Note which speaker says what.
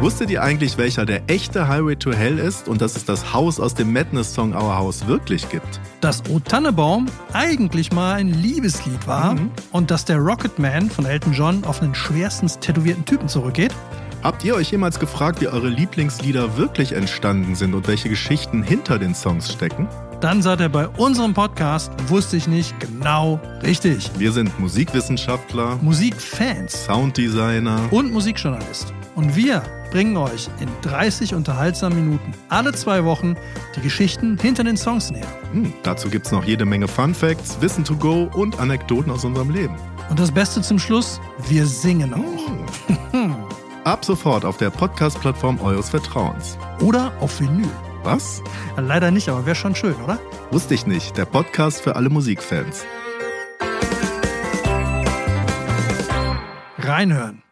Speaker 1: Wusstet ihr eigentlich, welcher der echte Highway to Hell ist und dass es das Haus aus dem Madness-Song Our House wirklich gibt?
Speaker 2: Dass O Tannebaum eigentlich mal ein Liebeslied war
Speaker 1: Mhm.
Speaker 2: und dass der Rocketman von Elton John auf einen schwerstens tätowierten Typen zurückgeht?
Speaker 1: Habt ihr euch jemals gefragt, wie eure Lieblingslieder wirklich entstanden sind und welche Geschichten hinter den Songs stecken?
Speaker 2: Dann seid ihr bei unserem Podcast Wusste ich nicht genau richtig.
Speaker 1: Wir sind Musikwissenschaftler,
Speaker 2: Musikfans
Speaker 1: Sounddesigner.
Speaker 2: und Musikjournalist. Und wir bringen euch in 30 unterhaltsamen Minuten alle zwei Wochen die Geschichten hinter den Songs näher.
Speaker 1: Hm, dazu gibt's noch jede Menge Fun Facts, Wissen to go und Anekdoten aus unserem Leben.
Speaker 2: Und das Beste zum Schluss, wir singen auch.
Speaker 1: Oh. Ab sofort auf der Podcast-Plattform eures Vertrauens.
Speaker 2: Oder auf Vinyl.
Speaker 1: Was?
Speaker 2: Ja, leider nicht, aber wäre schon schön, oder?
Speaker 1: Wusste ich nicht. Der Podcast für alle Musikfans.
Speaker 2: Reinhören.